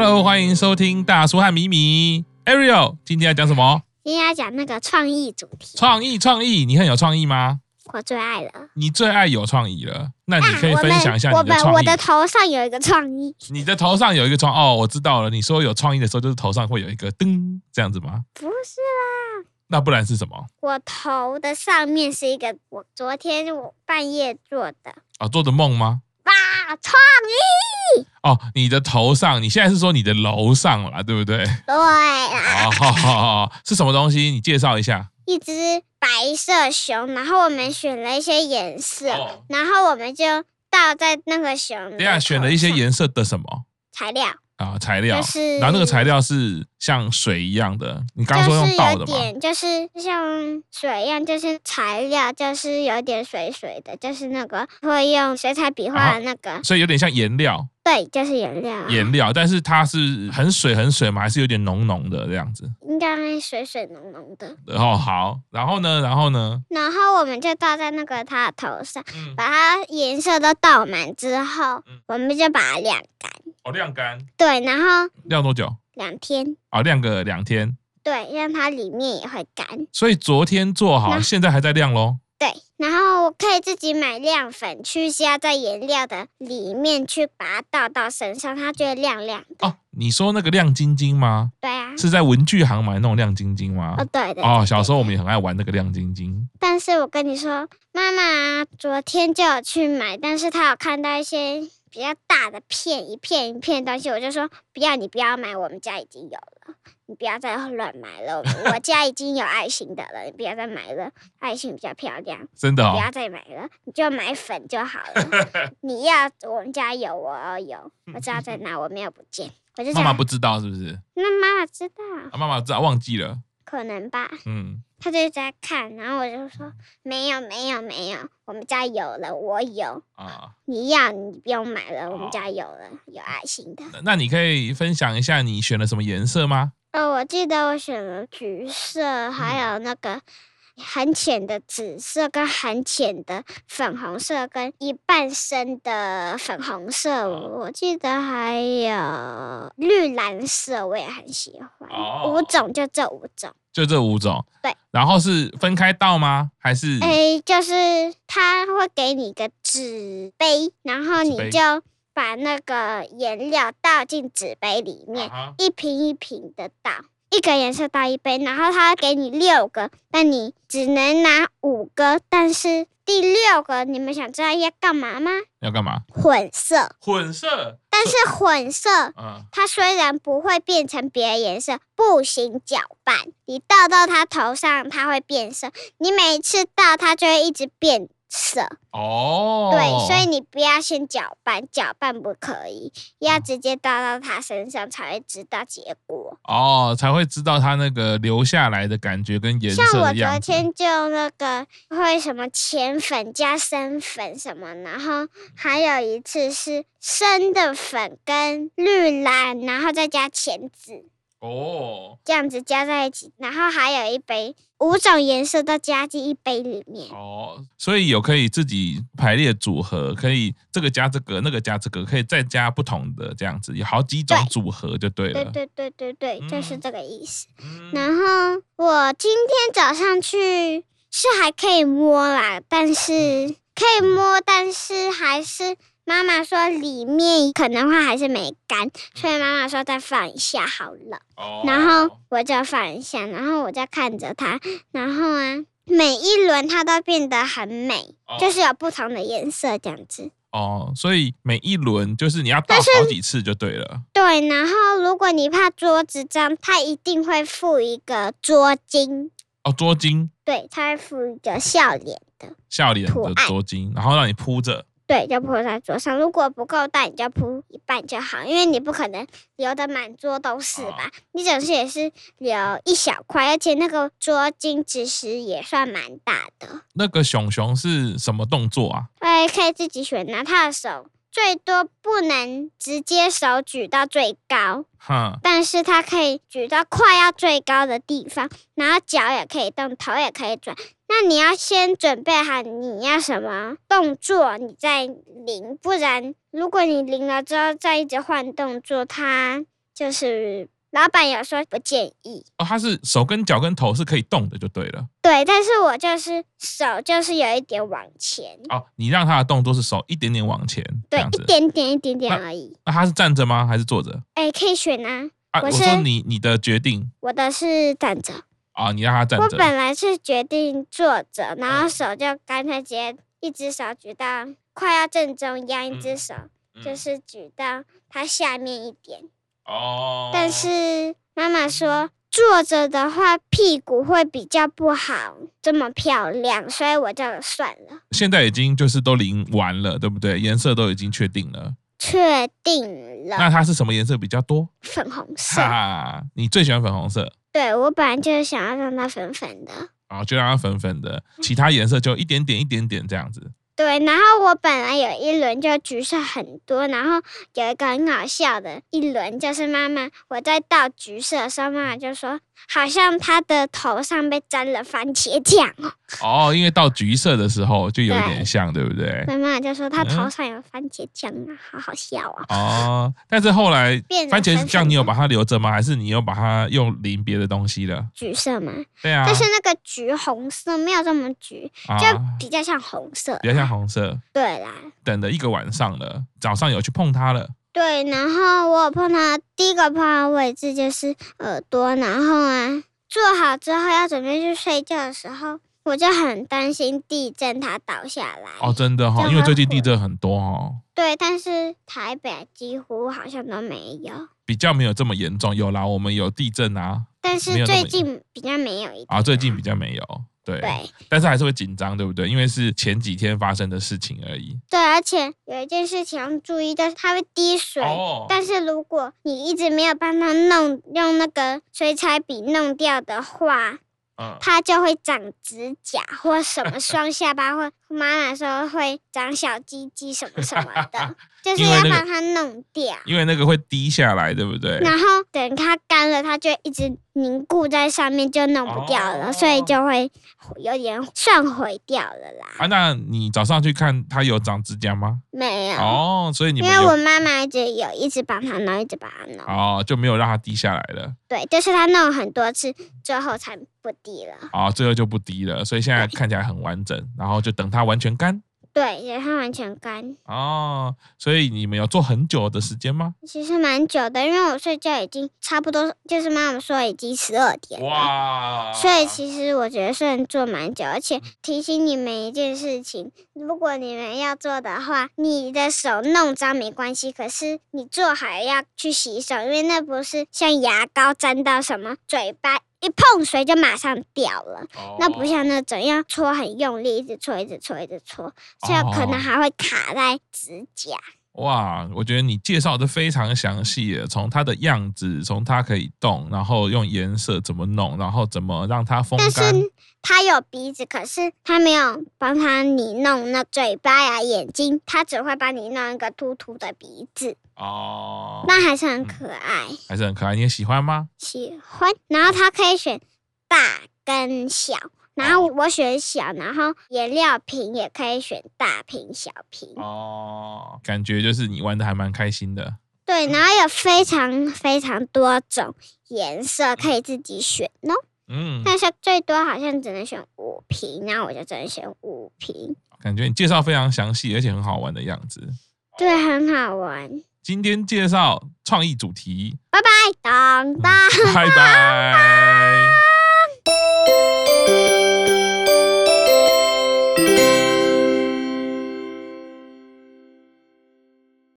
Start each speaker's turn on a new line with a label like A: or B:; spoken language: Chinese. A: 喽，欢迎收听大叔和米米 Ariel，今天要讲什么？
B: 今天要讲那个创意主题，
A: 创意，创意，你很有创意吗？
B: 我最爱了。
A: 你最爱有创意了，那你可以
B: 啊
A: 分享一下
B: 我
A: 你
B: 们
A: 的
B: 我们
A: 创
B: 我
A: 意。
B: 的头上有一个创意，
A: 你的头上有一个创哦，我知道了。你说有创意的时候，就是头上会有一个灯这样子吗？
B: 不是啦，
A: 那不然是什么？
B: 我头的上面是一个我昨天我半夜做的，
A: 啊，做的梦吗？
B: 哇，创意！
A: 哦，你的头上，你现在是说你的楼上啦，对不对？
B: 对啦，
A: 哦，好好好，是什么东西？你介绍一下。
B: 一只白色熊，然后我们选了一些颜色，
A: 哦
B: 然后我们就倒在那个熊的头上。
A: 等一下选了一些颜色的什么
B: 材料，
A: 啊材料
B: 就？是
A: 然后那个材料是像水一样的，你刚刚说
B: 就
A: 用
B: 是
A: 倒
B: 有
A: 的吗？
B: 点，就是像水一样，就是材料，就是有点水水的，就是那个会用水彩笔画的那个，
A: 所以有点像颜料，
B: 对，就是颜料啊，
A: 颜料，但是它是很水很水嘛，还是有点浓浓的这样子。
B: 应该水水浓浓的。
A: 然后好，然后呢，然后呢，
B: 然后我们就倒在那个它的头上，
A: 嗯，
B: 把它颜色都倒满之后
A: 嗯，
B: 我们就把它晾干，
A: 哦，晾干，
B: 对，然后
A: 晾多久？
B: 两天，
A: 啊、晾个两天。
B: 对，让它里面也会干，
A: 所以昨天做好，
B: 那
A: 现在还在晾喽。
B: 对。然后我可以自己买亮粉去加在颜料的里面去把它倒到身上，它就会亮亮。
A: 哦，你说那个亮晶晶吗？
B: 对啊，
A: 是在文具行买那种亮晶晶吗
B: 哦，？对的。
A: 哦，小时候我们也很爱玩那个亮晶晶。
B: 但是我跟你说，妈妈昨天就有去买，但是她有看到一些比较大的片，一片一片的东西，我就说不要，你不要买，我们家已经有了，你不要再乱买了，我们我家已经有爱心的了，你不要再买了，爱心比较漂亮，
A: 真的
B: 不
A: 哦，
B: 要再买了，你就买粉就好了。 你要我们家有，我有，我知道在哪，我没有不见，我就
A: 妈
B: 讲
A: 妈不知道是不是？
B: 那妈妈知道，
A: 啊，妈妈知道忘记了。
B: 可能吧。
A: 嗯，
B: 他就一直在看，然后我就说没有没有没有，我们家有了，我有，
A: 啊，
B: 你要你不用买了，我
A: 哦
B: 们家有了，有爱心的。
A: 那那你可以分享一下你选了什么颜色吗？
B: 呃，我记得我选了橘色，还有那个很浅的紫色，跟很浅的粉红色，跟一半深的粉红色。
A: 哦
B: 我记得还有绿蓝色，我也很喜欢。五
A: 哦
B: 种就这五种。
A: 就这五种。
B: 对。哎
A: 然后是分开倒吗？还是？
B: 诶，就是他会给你一个纸杯，然后
A: 纸
B: 你
A: 杯
B: 就把那个颜料倒进纸杯里面，
A: 啊
B: 一瓶一瓶的倒，一个颜色倒一杯，然后他会给你六个，但你只能拿五个，但是第六个你们想知道要干嘛吗？
A: 要干嘛？
B: 混色，
A: 混色。
B: 但是混色
A: 嗯，
B: 它虽然不会变成别的颜色，不行搅拌。你倒到它头上，它会变色。你每次倒，它就会一直变色。
A: 哦。
B: 对，所以你不要先搅拌，搅拌不可以，要直接倒到它身上才会知道结果。
A: 哦，才会知道它那个留下来的感觉跟颜
B: 像
A: 色
B: 我
A: 的
B: 昨
A: 样子。
B: 天就那个会什么浅粉加深粉什么，然后还有一次是深的粉跟绿蓝，然后再加浅紫。
A: 哦
B: 这样子加在一起，然后还有一杯五种颜色都加进一杯里面。
A: 哦，所以有可以自己排列组合，可以这个加这个，那个加这个，可以再加不同的这样子，有好几种
B: 对
A: 组合就对
B: 对
A: 了。
B: 对对对对，就是
A: 嗯
B: 这个意思。
A: 嗯
B: 然后我今天早上去是还可以摸啦，但是可以摸，但是还是妈妈说里面可能会还是没干，所以妈妈说再放一下好了。
A: 哦
B: 然后我就放一下，然后我就看着它，然后啊，每一轮它都变得很美，
A: 哦
B: 就是有不同的颜色这样子。
A: 哦，所以每一轮就是你要倒
B: 但是
A: 好几次就对了。
B: 对，然后如果你怕桌子脏，它一定会附一个桌巾，
A: 哦，捉巾
B: 对，它会附一个笑脸的，
A: 笑脸
B: 图
A: 的
B: 案
A: 捉巾，然后让你铺着。
B: 对，就铺在桌上。如果不够大，你就铺一半就好，因为你不可能留的满桌都是吧？你总是也是留一小块，而且那个桌巾其实也算蛮大的。
A: 那个熊熊是什么动作啊？
B: 哎，可以自己选拿他的手，最多不能直接手举到最高，
A: 哼，
B: 但是它可以举到快要最高的地方，然后脚也可以动，头也可以转。那你要先准备好你要什么动作，你再领，不然如果你领了之后再一直换动作，它就是老板有说不建议，
A: 哦，它是手跟脚跟头是可以动的，就对了。
B: 对，但是我就是手就是有一点往前，
A: 哦，你让它的动作是手一点点往前，这
B: 嗯对，
A: 样
B: 一
A: 子。
B: 点点一点点
A: 那
B: 而已。
A: 那它是站着吗？还是坐着？
B: 哎，可以选啊，
A: 啊，
B: 我
A: 我
B: 是
A: 说你你的决定
B: 我的是站着，
A: 啊，你让它站
B: 我
A: 着。
B: 本来是决定坐着，然后
A: 嗯
B: 手就干脆直接一只手举到快要正中央，一只
A: 嗯
B: 手
A: 嗯
B: 就是举到它下面一点。
A: 哦，嗯
B: 但是妈妈说坐着的话屁股会比较不好这么漂亮，所以我就算了，
A: 现在已经就是都淋完了，对不对？颜色都已经确定了。
B: 确定了
A: 那它是什么颜色比较多？
B: 粉红色
A: 哈。哈，你最喜欢粉红色，
B: 对我本来就是想要让它粉粉的。
A: 然后就让它粉粉的，
B: 嗯
A: 其他颜色就一点点一点点这样子。
B: 对，然后我本来有一轮就橘色很多，然后有一个很好笑的一轮，就是妈妈我在倒橘色的时候，妈妈就说好像她的头上被沾了番茄酱哦，
A: 哦，因为到橘色的时候就有点像，对不对？
B: 所以妈妈就说她头
A: 哎嗯
B: 上有番茄酱啊，好好笑啊。
A: 哦，但是后来
B: 变得
A: 番茄
B: 粉
A: 酱
B: 粉
A: 你有
B: 的
A: 把它留着吗？还是你有把它用淋别的东西了？
B: 橘色嘛，
A: 对啊，
B: 但是那个橘红色没有这么橘，
A: 啊
B: 就比较像红色。
A: 比较像红色。
B: 对啦，
A: 等了一个晚上了，早上有去碰它了，
B: 对。然后我有碰到第一个碰到的位置就是耳朵，然后啊，做好之后要准备去睡觉的时候，我就很担心地震它倒下来。
A: 哦，真的哈、
B: 这
A: 因为
B: 样
A: 最近
B: 会
A: 地震很多哦，
B: 对，但是台北几乎好像都没有，
A: 比较没有这么严重。有啦，我们有地震啊，
B: 但
A: 没
B: 是
A: 有那
B: 最
A: 么
B: 近比较没有一
A: 啊，最
B: 点
A: 近比较没有，对，
B: 对
A: 但是还是会紧张，对不对？因为是前几天发生的事情而已。
B: 对，而且有一件事情要注意，就是它会滴水。
A: 哦，
B: 但是如果你一直没有帮它弄用那个水彩笔弄掉的话，
A: 嗯
B: 它就会长指甲或什么双下巴， 或妈妈说会长小鸡鸡什么什么 的，就是
A: 因为
B: 要
A: 那个
B: 把它弄掉。
A: 因为那个会滴下来，对不对？
B: 然后等它干了，它就一直凝固在上面，就弄不掉了，所以
A: 哦
B: 就会有点算毁掉了啦。
A: 啊，那你早上去看它有长指甲吗？
B: 没有，
A: 哦，所以你
B: 嗯因
A: 们
B: 为
A: 有
B: 我妈妈一直有一直帮它弄，一直帮它弄。
A: 哦就没有让它滴下来了，
B: 对，就是他弄很多次，最后才不滴了。
A: 啊、最后就不滴了，所以现在看起来很完整，然后就等它完全干。
B: 对，然后完全干，
A: 哦，所以你们有做很久的时间吗？
B: 其实蛮久的，因为我睡觉已经差不多，就是妈妈说已经十二点了。
A: 哇
B: 呃所以其实我觉得算做蛮久，而且提醒你们一件事情：如果你们要做的话，你的手弄脏没关系，可是你做好要去洗手，因为那不是像牙膏沾到什么，嘴巴一碰水就马上掉了。
A: 哦
B: 那不像那种要搓很用力，一直搓，一直搓，一直搓，所以可能
A: 哦
B: 还会卡在指甲。
A: 哇，我觉得你介绍的非常详细耶，从它的样子，从它可以动，然后用颜色怎么弄，然后怎么让它风
B: 但
A: 干。
B: 是它有鼻子，可是它没有帮它你弄那嘴巴呀、眼睛，它只会帮你弄一个凸凸的鼻子，
A: 哦，
B: 那还是很
A: 嗯
B: 可爱，
A: 还是很可爱，你也喜欢吗？
B: 喜欢。然后它可以选大跟小。然
A: 哦
B: 后我选小，然后颜料瓶也可以选大瓶、小瓶，
A: 哦，感觉就是你玩的还蛮开心的。
B: 对，然后有非常非常多种颜色可以自己选哦。
A: 嗯，
B: 但是最多好像只能选五瓶，然后我就只能选五瓶，
A: 感觉你介绍非常详细，而且很好玩的样子。
B: 对，很好玩。
A: 今天介绍创意主题，
B: 拜拜，当当。
A: 拜拜。